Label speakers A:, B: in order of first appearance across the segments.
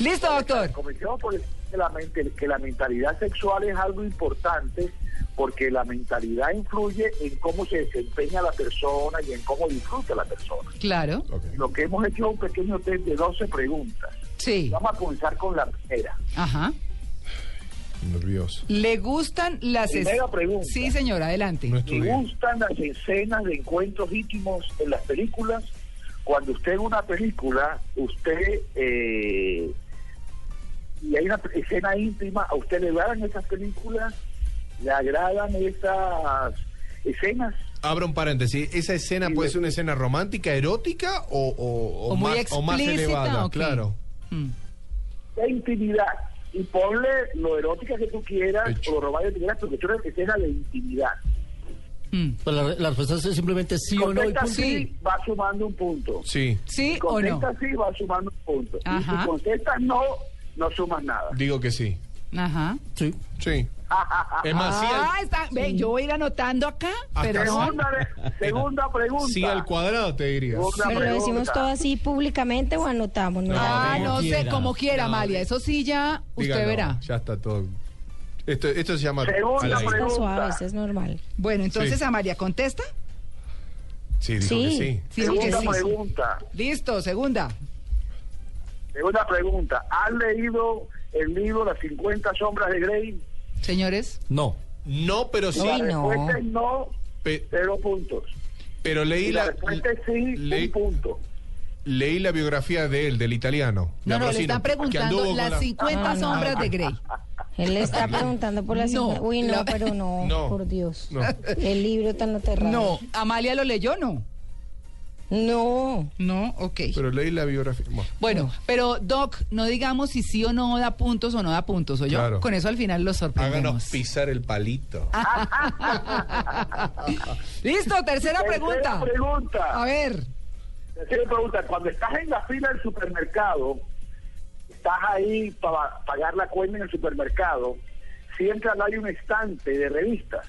A: Listo, doctor.
B: Comencemos por el- que la, mente- que la mentalidad sexual es algo importante porque la mentalidad influye en cómo se desempeña la persona y en cómo disfruta la persona.
A: Claro.
B: Lo que hemos hecho es un pequeño test de 12 preguntas.
A: Sí.
B: Vamos a comenzar con la primera.
A: Ajá.
C: Nervioso.
A: ¿Le gustan las... es-
B: Primera pregunta.
A: Sí, señor, adelante.
C: No
B: ¿Le
C: estudié.
B: gustan las escenas de encuentros íntimos en las películas? Cuando usted ve una película, usted... eh, y hay una escena íntima, ¿a usted le agradan esas películas? ¿Le agradan esas escenas?
C: Abra un paréntesis. ¿Esa escena puede ser una escena romántica, erótica o, o,
A: O muy
C: más, o más
A: explícita,
C: elevada?
A: ¿o qué?
C: Claro.
B: La intimidad. Y ponle lo erótica que tú quieras,
C: Hecho.
B: o lo romántica que quieras, porque tú eres escena de intimidad.
A: Mm.
D: Pues la, la respuesta es simplemente sí o no. y
B: Contesta
D: punto.
B: sí, va sumando un punto.
C: Sí.
A: ¿Sí o no?
B: Contesta sí, va sumando un punto. Y
A: Ajá.
B: si contestas no, no sumas nada.
C: Digo que sí.
A: Ajá.
D: Sí.
C: Sí. Es más, sí
A: Ah,
C: al,
A: está... Ve, yo voy a ir anotando acá,
C: Acá
A: pero no.
C: sí.
B: Segunda, re- segunda pregunta.
C: sí al cuadrado, te diría.
B: Segunda
E: ¿Pero lo decimos
B: pregunta.
E: todo así públicamente o anotamos? No.
A: Ah,
D: como
A: no sé,
D: quiera.
A: como quiera, Amalia. Eso sí ya usted
C: Diga no,
A: verá.
C: eh. Ya está todo. Esto, esto se llama.
B: Segunda
C: al aire.
E: Está
B: pregunta.
E: suave, eso es normal.
A: Bueno, entonces
C: Sí.
A: Amalia, ¿contesta?
C: Sí, dijo
E: Sí.
C: que sí.
A: Sí, que
B: Segunda
A: sí.
B: pregunta.
A: Listo, segunda.
B: Segunda pregunta. ¿Has leído el libro Las 50 sombras de Grey?
A: Señores,
D: No.
C: No, pero sí.
B: La
E: Ay, no.
B: respuesta es no,
C: Pe-
B: cero puntos.
C: pero
B: Y,
C: leí
B: la,
C: la,
B: respuesta es sí,
C: le-
B: un punto.
C: leí la biografía de él, del italiano.
A: no, no, le
C: Labrosino,
A: están
C: que anduvo
A: preguntando
C: con
A: las
C: la-
A: 50
E: Ah, no.
A: sombras de Grey.
E: Él le está preguntando por la
A: No,
E: cita. Uy, no,
A: la-
E: pero no,
C: No.
E: por Dios.
C: No.
E: El libro tan aterrador.
A: No, Amalia lo leyó, no.
E: No.
A: No, ok.
C: Pero leí la biografía. Bueno,
A: Bueno, pero Doc, no digamos si sí o no da puntos o no da puntos, ¿o yo?
C: Claro.
A: Con eso al final lo sorprendemos.
C: háganos pisar el palito.
A: Ah. Listo, tercera
B: Tercera
A: pregunta.
B: pregunta.
A: A ver,
B: Tercera pregunta, cuando estás en la fila del supermercado, estás ahí para pagar la cuenta en el supermercado, siempre al lado hay un estante de revistas.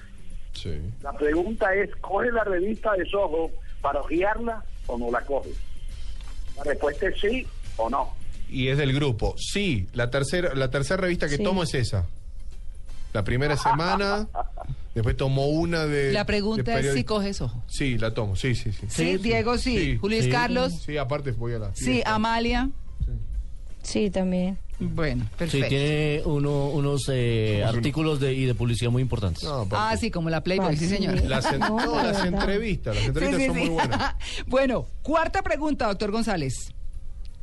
C: Sí.
B: La pregunta es, ¿coges la revista de Soho para hojearla o no la coges? La respuesta es sí o no.
C: Y es del grupo. Sí, la tercera, la tercera revista que
E: Sí.
C: tomo es esa. La primera semana, después tomo una de.
A: la pregunta
C: Eh, de
A: es si
C: periódico.
A: coges ojo.
C: Sí, la tomo, sí, sí, sí.
A: Sí, Diego, sí.
C: Sí.
A: Julián
C: Sí.
A: Carlos,
C: Sí, aparte voy a la.
A: sí,
C: fiesta.
A: Amalia.
E: Sí, también.
A: Bueno,
D: Sí,
A: perfecto.
D: tiene uno- unos eh,
C: Somos un-
D: artículos de, y de publicidad muy importantes.
C: No, aparte.
A: Ah, sí, como la Playboy, sí, señor.
E: Sí.
C: Las, en-
E: No,
C: no,
E: la
C: las
E: verdad.
C: entrevistas, las
A: Sí,
C: entrevistas
A: sí,
C: son
A: sí.
C: muy buenas.
A: bueno, cuarta pregunta, doctor González.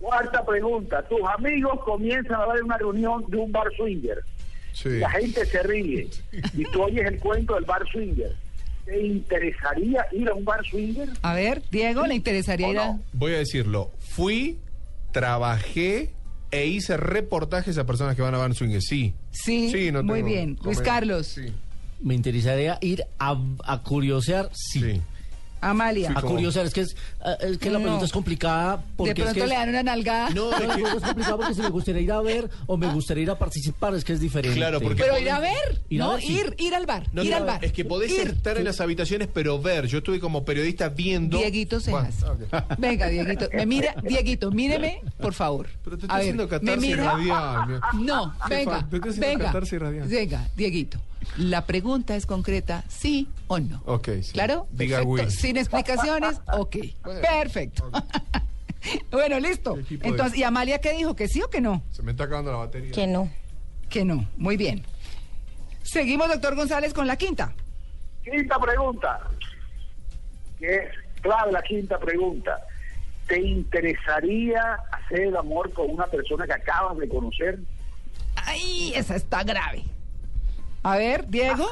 B: Cuarta pregunta, tus amigos comienzan a hablar en una reunión de un bar swinger.
C: Sí.
B: La gente se ríe y tú oyes el cuento del bar swinger. ¿Te interesaría ir a un bar swinger?
A: A ver, Diego, ¿le interesaría
B: ¿O
A: ir a...?
B: no?
C: Voy a decirlo. Fui, trabajé e hice reportajes a personas que van a Van Swing. Sí.
A: Sí,
C: no
A: muy
C: tengo-
A: bien. Luis
C: comen-
A: Carlos.
C: Sí.
D: Me interesaría ir a, a curiosear, sí.
C: Sí.
A: Amalia.
C: Sí,
D: A
C: como-
D: curiosear, es que, es, ah, es que la
E: No.
D: pregunta es complicada porque
A: De pronto
D: es que es-
A: le dan una nalgada.
C: No, es
D: No,
C: que-
D: es complicado porque si me gustaría ir a ver o
A: Ah.
D: me gustaría ir a participar, es que es diferente.
C: Claro, porque-
A: Pero ir a ver,
D: Ir a
A: ¿no?
D: ver, sí.
A: Ir, ir al bar,
C: no,
A: ir
C: no,
A: al bar.
C: Es que podés
A: ir.
C: estar en las habitaciones, pero ver. Yo estuve como periodista viendo.
A: Dieguito Cejas.
C: Bueno, ah, ok.
A: Venga, Dieguito. Me mira, Dieguito, míreme, por favor.
C: Pero
A: A
C: te estoy
A: ver,
C: haciendo
A: me
C: catarsis
A: mira.
C: radial. mira.
A: No, venga,
C: te estoy haciendo
A: venga,
C: catarsis radial.
A: venga, Dieguito. La pregunta es concreta, sí o no.
C: Ok, sí.
A: ¿Claro?
C: Diga
A: Perfecto.
C: oui.
A: Sin explicaciones, ok. Perfecto. bueno, listo.
C: El equipo de-
A: Entonces, ¿y Amalia qué dijo? ¿Que sí o que no?
C: Se me está acabando la batería.
E: Que no.
A: Que no. Muy bien. Seguimos, doctor González, con la quinta.
B: Quinta pregunta. Que es clave la quinta pregunta. ¿Te interesaría hacer el amor con una persona que acabas de conocer?
A: Ay, esa está grave. A ver, Diego.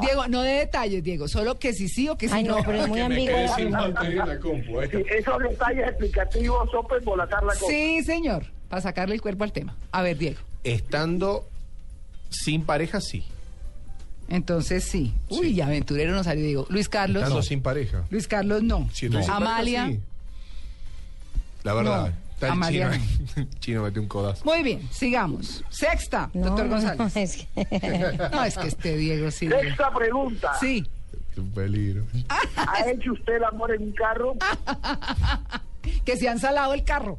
A: Diego, no de detalles, Diego, solo que sí sí o que sí
E: Ay,
A: no.
E: no, pero es muy
C: Que me
E: ambigua
C: quedé
E: la
C: sin
E: pregunta.
C: batería en la compu. eh. ahí está.
B: Sí, Esos detalles explicativos son para embolatar pues, la cosa.
A: Sí, señor. para sacarle el cuerpo al tema. A ver, Diego.
C: Estando sin pareja, sí.
A: Entonces sí. Uy,
C: Sí.
A: aventurero no salió Diego. Luis Carlos.
C: Estando
A: no.
C: sin pareja.
A: Luis Carlos no.
C: Si estoy sin pareja,
A: Amalia.
C: sí. La verdad.
A: No,
C: está el
A: Amalia
C: chino, chino metió un codazo.
A: Muy bien, sigamos. Sexta,
E: No,
A: doctor
E: no,
A: González.
E: no, es que-
A: No, es que este Diego sí.
B: Sexta pregunta.
A: Sí.
C: Es un peligro.
A: Ah.
B: ¿Ha hecho usted el amor en un carro?
A: Que se han salado el carro.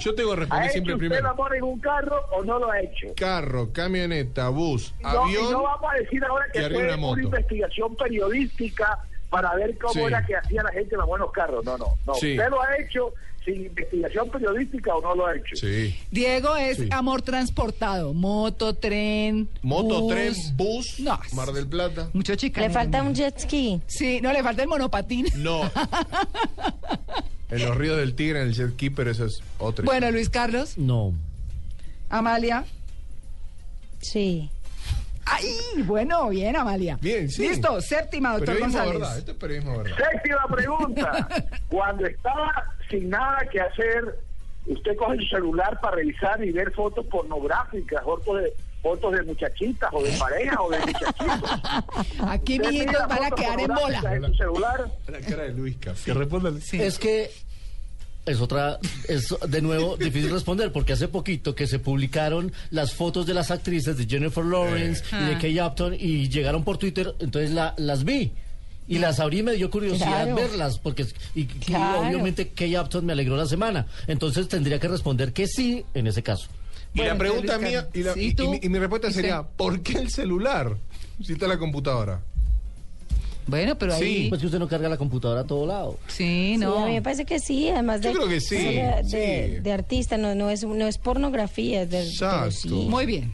C: Yo tengo
B: ¿Ha
C: que responder
B: hecho usted
C: siempre
B: el
C: primero.
B: amor en un carro o no lo ha hecho?
C: Carro, camioneta, bus,
B: Y No, y
C: avión.
B: no vamos a decir ahora
C: y
B: que
C: arriba
B: fue
C: una
B: una,
C: moto.
B: investigación periodística para ver cómo
C: Sí.
B: era que hacía la gente los buenos carros. No, no, no.
C: Sí.
B: ¿Usted lo ha hecho sin investigación periodística o no lo ha hecho?
C: Sí.
A: Diego es
C: Sí.
A: amor transportado. Moto, tren.
C: Moto,
A: bus.
C: tren, bus,
A: No.
C: Mar del Plata.
A: Mucho chica.
E: Le falta un jet ski.
A: Sí, no, le falta el monopatín.
C: No. en los ríos del Tigre, en el jet ski, pero eso es otro.
A: Bueno, Luis Carlos,
D: No.
A: Amalia.
E: Sí.
A: Ay, bueno, bien, Amalia.
C: Bien, sí.
A: Listo, séptima, doctor
C: periodismo de
A: González.
C: verdad. Esto es periodismo de verdad.
B: Séptima pregunta. Cuando estaba sin nada que hacer, usted coge su celular para revisar y ver fotos pornográficas, fotos de, fotos de muchachitas o de parejas o de muchachitos.
A: Aquí,
B: Usted mira
A: mijitos, van a
B: fotos
A: quedar en
B: pornográficas
A: bola.
B: En su celular.
C: La cara de Luis Café. Que responda
D: Es que es otra, es de nuevo difícil responder, porque hace poquito que se publicaron las fotos de las actrices de Jennifer Lawrence y
E: Eh.
D: de
A: Ah.
D: Kay Upton y llegaron por Twitter, entonces la- las vi. Y las abrí y me dio curiosidad
E: Claro.
D: verlas, porque y, y
E: Claro.
D: obviamente Kay Upton me alegró la semana. Entonces tendría que responder que sí en ese caso.
C: Y
A: Bueno,
C: la pregunta
A: entonces,
C: mía, y, la-
A: sí,
C: y- y
A: tú,
C: mi, y mi respuesta
A: y
C: sería,
A: sí.
C: ¿por qué el celular? Si está la computadora.
A: Bueno, pero
C: Sí.
A: ahí.
D: Pues que usted no carga la computadora a todo lado.
A: Sí,
E: Sí,
A: no.
E: a mí me parece que sí, además de,
C: Yo creo que sí,
E: de, de-
C: sí.
E: de artista, no, no, es, no es pornografía. es de- pero sí.
C: Exacto.
A: Muy bien.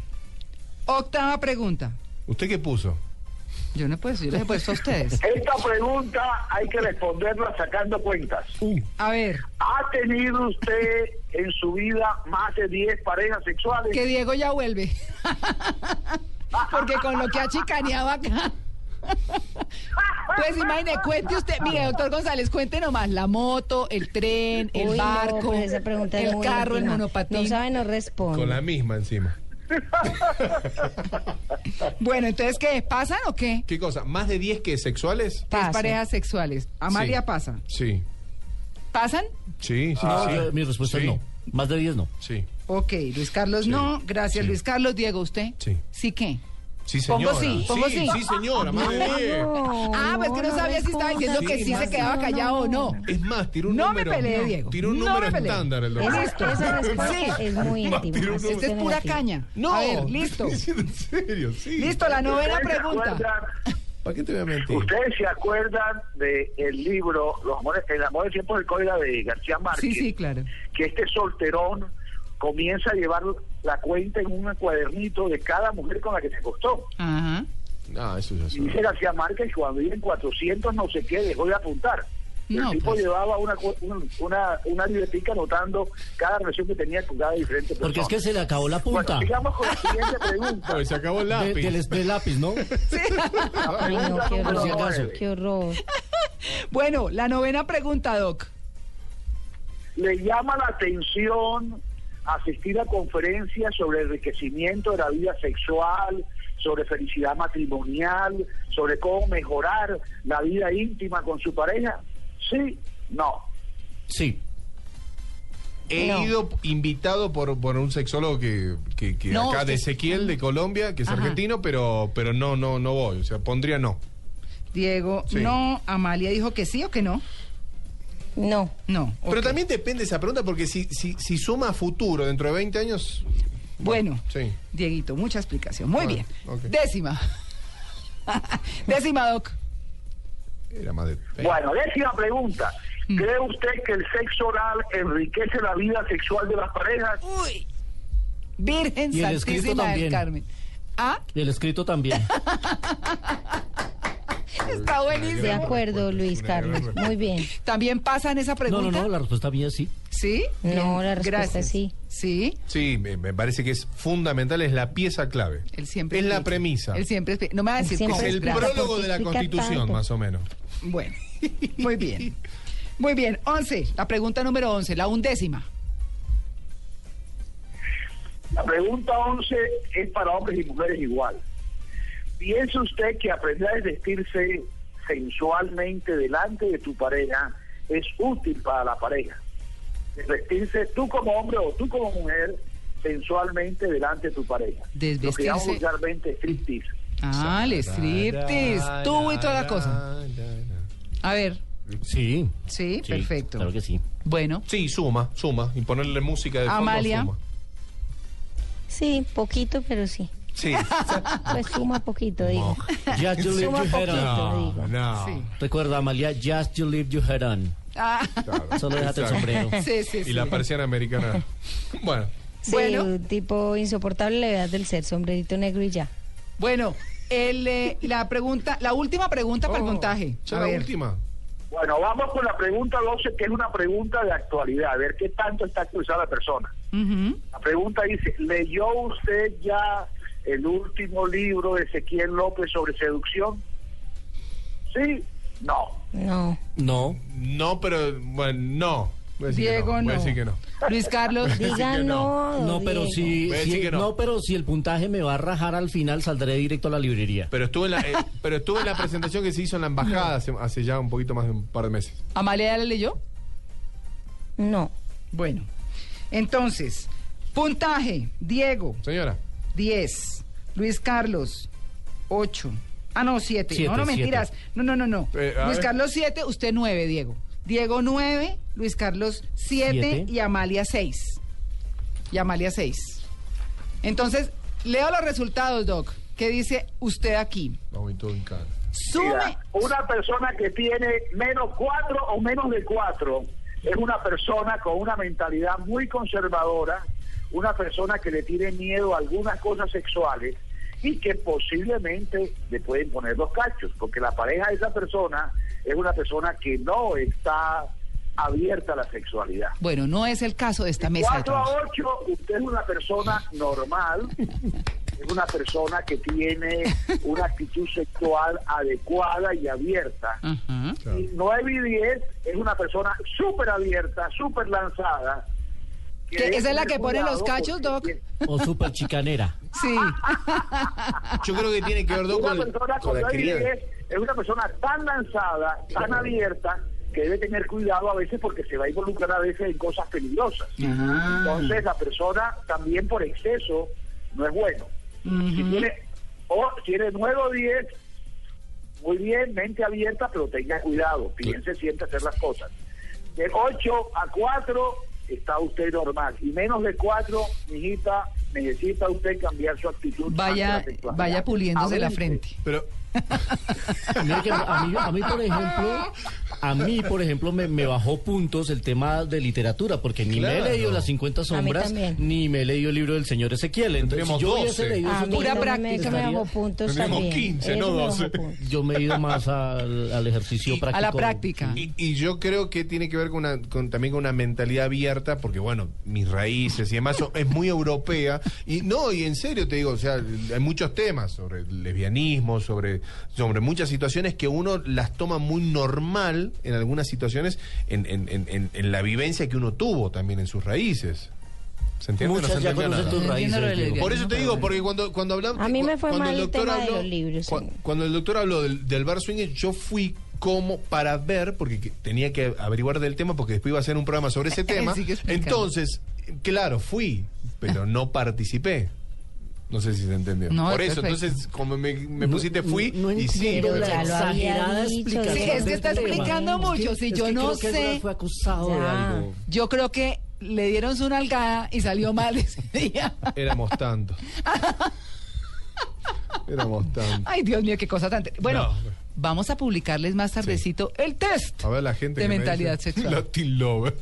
A: Octava pregunta.
C: ¿Usted qué puso?
A: Yo no puedo, yo les he puesto a ustedes.
B: Esta pregunta hay que responderla sacando cuentas.
A: A ver,
B: ¿Ha tenido usted en su vida más de 10 parejas sexuales?
A: que Diego ya vuelve. Porque con lo que ha chicaneado acá. Pues imagine, cuente usted, mire, doctor González, cuente nomás la moto, el tren, el
E: Uy, no,
A: barco,
E: pero esa pregunta es
A: el
E: muy
A: carro, el
E: íntima.
A: monopatín.
E: No sabe, no responde.
C: Con la misma encima.
A: Bueno, entonces, ¿qué? ¿Pasan o qué?
C: ¿Qué cosa? ¿Más de 10 que sexuales?
A: Tres
E: Paso.
A: parejas sexuales. Amalia pasa. Ah.
C: Sí.
A: ¿Pasan?
C: Sí, sí,
D: No,
C: Ah, sí.
D: yo- mi respuesta
C: Sí,
D: es no. Más de 10 no.
C: Sí,
A: Ok, Luis Carlos
C: Sí,
A: no. Gracias,
C: sí.
A: Luis Carlos. Diego, ¿usted?
C: Sí.
A: ¿Sí qué?
C: sí,
A: Pongo
C: señora.
A: sí, pongo sí.
C: sí, señora, más de 10.
E: No,
A: ah, pues que no, sabía si estaba diciendo
C: responda.
A: que sí
C: Sí,
A: se
C: no,
A: quedaba callado o no. Este
C: Es más, tiró un
A: No me
C: número.
A: peleé, Diego.
C: Tiró un
A: No
C: número
A: me peleé.
C: estándar el
E: Esa,
C: doctor.
E: esa respuesta
A: Sí.
E: es muy
C: Más
E: íntima.
C: tiro,
E: así
C: no.
E: que
A: Esta es
E: no
A: pura
E: la tiro.
A: caña.
C: No.
A: A ver, listo.
C: En serio, sí.
A: Listo, la novena
B: ¿Ustedes se
A: pregunta.
B: acuerdan-
C: ¿Para qué te voy a mentir?
B: Ustedes se acuerdan del libro Los amores, El amor del tiempo del cólera de García Márquez.
A: Sí, sí, claro.
B: Que este solterón comienza a llevar la cuenta en un cuadernito de cada mujer con la que se acostó.
A: Ajá.
C: No, eso es
B: Y
C: eso.
B: dice García Márquez que cuando iba en 400 no sé qué dejó de apuntar. El
A: No,
B: tipo
A: pues.
B: llevaba una, cu- un- una, una libretica anotando cada relación que tenía con cada diferente persona.
D: Porque es que se le acabó la punta
B: Bueno, sigamos con la siguiente pregunta.
C: Pues se acabó el
D: de-
C: lápiz.
D: del del lápiz, ¿no?
E: Ay, no, qué
D: Por si
E: horror.
D: acaso.
E: Qué horror.
A: Bueno, la novena pregunta, Doc.
B: le llama la atención asistir a conferencias sobre enriquecimiento de la vida sexual, sobre felicidad matrimonial, sobre cómo mejorar la vida íntima con su pareja. Sí, no.
D: Sí.
C: He
E: No.
C: ido invitado por, por un sexólogo que, que, que
A: No,
C: acá de
A: usted-
C: Ezequiel, de Colombia, que es
A: Ajá.
C: argentino, pero, pero no, no, no voy. O sea, pondría no.
A: Diego,
C: Sí.
A: no. Amalia dijo que sí o que no.
E: No.
A: No.
C: Pero
A: ok.
C: también depende esa pregunta, porque si, si, si suma futuro dentro de 20 años.
A: Bueno,
C: Sí.
A: Dieguito, mucha explicación. Muy
C: Bueno,
A: bien.
C: Ah, ok.
A: Décima. Décima, Doc.
C: Era más de.
B: Bueno, décima pregunta. ¿Cree usted que el sexo oral enriquece la vida sexual de las parejas?
A: Uy. Virgen
D: Y el escrito
A: Santísima del
D: también.
A: Carmen. Ah,
D: Y el escrito también.
A: está
E: De
A: buenísimo.
E: acuerdo,
A: pues,
E: Luis Carlos. Muy bien.
A: ¿También pasan esa
D: No,
A: pregunta?
D: no, no, la respuesta mía es sí.
A: ¿Sí?
E: No,
A: Bien,
E: la respuesta
A: gracias.
E: es sí.
A: Sí.
C: Sí, me, me parece que es fundamental, es la pieza clave.
A: Él siempre
C: es la
A: explica.
C: premisa.
A: Él siempre explica. No me va a
E: Él
A: decir
E: siempre
C: es
A: cómo.
C: el
E: explica,
A: Gracias.
C: prólogo
E: porque
C: de la
E: explica
C: Constitución,
E: tanto.
C: más o menos.
A: Bueno, muy bien. Muy bien, 11. La pregunta número 11, la undécima.
B: La pregunta 11 es para hombres y mujeres igual. ¿Piensa usted que aprender a vestirse sensualmente delante de tu pareja es útil para la pareja? Vestirse tú como hombre o tú como mujer sensualmente delante de tu pareja. Lo que llamamos
A: Desvestirse.
B: vulgarmente striptease.
A: Ah, el striptease, tubo y toda la cosa. A ver,
D: Sí.
A: sí,
D: sí,
A: perfecto.
D: Claro que sí.
A: Bueno,
C: Sí, suma, suma. Y ponerle música de fondo
A: Amalia.
C: suma.
E: Sí, poquito, pero sí.
C: Sí.
E: Pues suma poquito, digo.
D: Just you leave
E: Suma
D: your head on.
C: No,
E: poquito, digo.
C: no.
A: sí.
D: Recuerda, Amalia, just you leave your head on.
A: Ah,
D: Solo déjate el
C: Exacto.
D: sombrero.
A: sí, sí, sí.
C: Y la persiana americana. bueno.
E: Sí,
A: Bueno.
E: un tipo insoportable la edad del ser, sombrerito negro y ya.
A: Bueno, el, eh, la pregunta, la última pregunta para el
C: Oh,
A: puntaje.
C: ya
A: A
C: la
A: ver.
C: última.
B: Bueno, vamos con la pregunta 12, que es una pregunta de actualidad, a ver qué tanto está actualizada la persona.
A: Ujú.
B: La pregunta dice, ¿leyó usted ya el último libro de Ezequiel López sobre seducción? Sí, no.
E: No.
D: No.
C: No, pero bueno, no. Voy a decir que
A: Diego,
C: no. Voy a
A: no.
C: decir que no.
A: Luis Carlos.
E: Diga
C: que no.
E: no.
D: No, pero
E: Oh, Diego.
D: si,
C: Voy a
D: si-
C: decir que no.
D: no, pero si el puntaje me va a rajar al final, saldré directo a la librería.
C: Pero estuve en la, eh, pero estuve en la presentación que se hizo en la embajada hace, hace ya un poquito más de un par de meses.
A: ¿Amalia ya la leyó?
E: No.
A: Bueno, entonces, puntaje, Diego,
C: Señora.
A: 10, Luis Carlos, 8. Ah, no, 7.
D: Siete,
A: no, no,
D: siete.
A: mentiras. No, no, no, no.
C: Eh, a
A: Luis
C: ver.
A: Carlos 7, usted 9, Diego. Diego 9, Luis Carlos 7
D: Siete.
A: y Amalia 6. Y Amalia 6. Entonces, leo los resultados, Doc. ¿Qué dice usted aquí?
C: Vamos, y todo en cara.
A: Sume.
B: Mira, una persona que tiene menos cuatro o menos de cuatro es una persona con una mentalidad muy conservadora, una persona que le tiene miedo a algunas cosas sexuales y que posiblemente le pueden poner los cachos, porque la pareja de esa persona es una persona que no está abierta a la sexualidad.
A: Bueno, no es el caso de esta mesa de
B: 4
A: trabajo.
B: a 8, usted es una persona normal, es una persona que tiene una actitud sexual adecuada y abierta.
A: Ajá.
B: Y 9 y 10 es una persona súper abierta, súper lanzada.
A: ¿Que
B: debe
A: esa es la
B: tener
A: que pone los
B: cuidado
A: cachos, Doc?
B: porque
D: O super chicanera.
A: Sí.
C: Yo creo que tiene que ver Doc,
B: Una
C: con,
B: persona
C: con
B: con
C: la
B: 9 y
C: criada.
B: 10 es una persona tan lanzada, tan abierta, que debe tener cuidado a veces porque se va a involucrar a veces en cosas peligrosas. Entonces la persona también por exceso no es bueno. Si tiene, o tiene 9 o 10, muy bien, mente abierta, pero tenga cuidado, piense siempre hacer las cosas. De 8 a 4 está usted normal y menos de 4, mijita, necesita usted cambiar su actitud.
A: Vaya,
B: ante la sexualidad.
A: vaya puliéndose la
B: Avise.
A: frente.
C: Pero
D: Mira que a mí, a mí, por ejemplo, a mí, por ejemplo, me, me bajó puntos el tema de literatura, porque ni
C: Claro.
D: me he leído Las 50 sombras,
E: también.
D: ni me he leído el libro del señor Ezequiel. Entonces, si
C: Tendríamos
D: yo hubiese
C: 12.
D: leído
E: A
D: ese
E: mí
A: pura
D: libro,
E: no
A: práctica.
E: Eso me
D: estaría-
E: bajó puntos
C: Tenemos
E: también.
C: 15,
E: Eso
C: no
E: me bajó
C: 12.
E: puntos.
D: yo me he ido más al, al ejercicio práctico.
A: A la práctica.
C: Y, y yo creo que tiene que ver con una- con- también con una mentalidad abierta, porque bueno, mis raíces y demás son- es muy europea. Y no, y en serio te digo, o sea, hay muchos temas sobre el lesbianismo, sobre, sobre muchas situaciones que uno las toma muy normal en algunas situaciones en, en- en- en- en la vivencia que uno tuvo también en sus raíces. ¿Se entiende? o no se
D: Muchas ya
C: entiende
D: conocen
C: nada?
D: tus
A: No entiendo lo
D: raíces.
A: del
D: Diego.
C: Por
A: Por
C: eso
A: no,
C: te
A: pero
C: digo,
A: bueno.
C: porque cuando, cuando hablamos.
E: A mí me fue mal el tema de
C: habló,
E: los libros,
C: cua-
E: sí.
C: Cuando el doctor habló del, del bar swinger, yo fui como para ver, porque que- tenía que averiguar del tema, porque después iba a hacer un programa sobre ese tema.
A: Sigue explicando.
C: Entonces, claro, fui, pero no participé. No sé si se entendió.
A: No,
C: Por
A: es
C: eso,
A: perfecto.
C: entonces, como me, me pusiste fui
D: No- no
C: y sí.
D: entiendo
E: pero
D: la
E: ya lo había
D: exagerada
E: dicho,
D: explicación
A: Sí, es que
D: del
A: está
D: tema.
A: explicando mucho, si
D: Es
A: yo
D: que
A: no
D: creo que
A: sé.
D: Eduardo fue acusado de
E: Ya.
D: algo.
A: Yo creo que le dieron su nalgada y salió mal ese día.
C: Éramos tantos. Éramos tantos.
A: Ay, Dios mío, qué cosa tan... ter- Bueno,
C: No.
A: vamos a publicarles más tardecito el test.
C: A ver la gente.
A: De
C: que me
A: mentalidad
C: dice,
A: sexual.
C: Latin lover.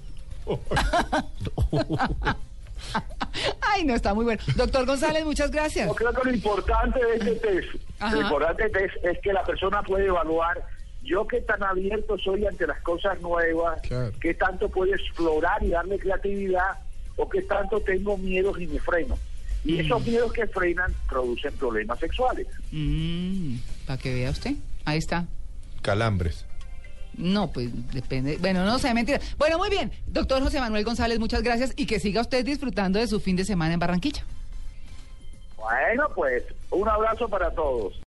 A: Ay, no, está muy bueno. Doctor González, muchas gracias.
B: Yo creo que lo importante de este test,
A: Ajá.
B: lo importante de este test es que la persona puede evaluar yo qué tan abierto soy ante las cosas nuevas,
C: Claro.
B: qué tanto puedo explorar y darle creatividad, o qué tanto tengo miedos y me freno. Y esos miedos que frenan producen problemas sexuales.
A: Mm, para que vea usted. Ahí está.
C: Calambres.
A: No, pues depende. Bueno, no sea mentira. Bueno, muy bien. Doctor José Manuel González, muchas gracias y que siga usted disfrutando de su fin de semana en Barranquilla.
B: Bueno, pues un abrazo para todos.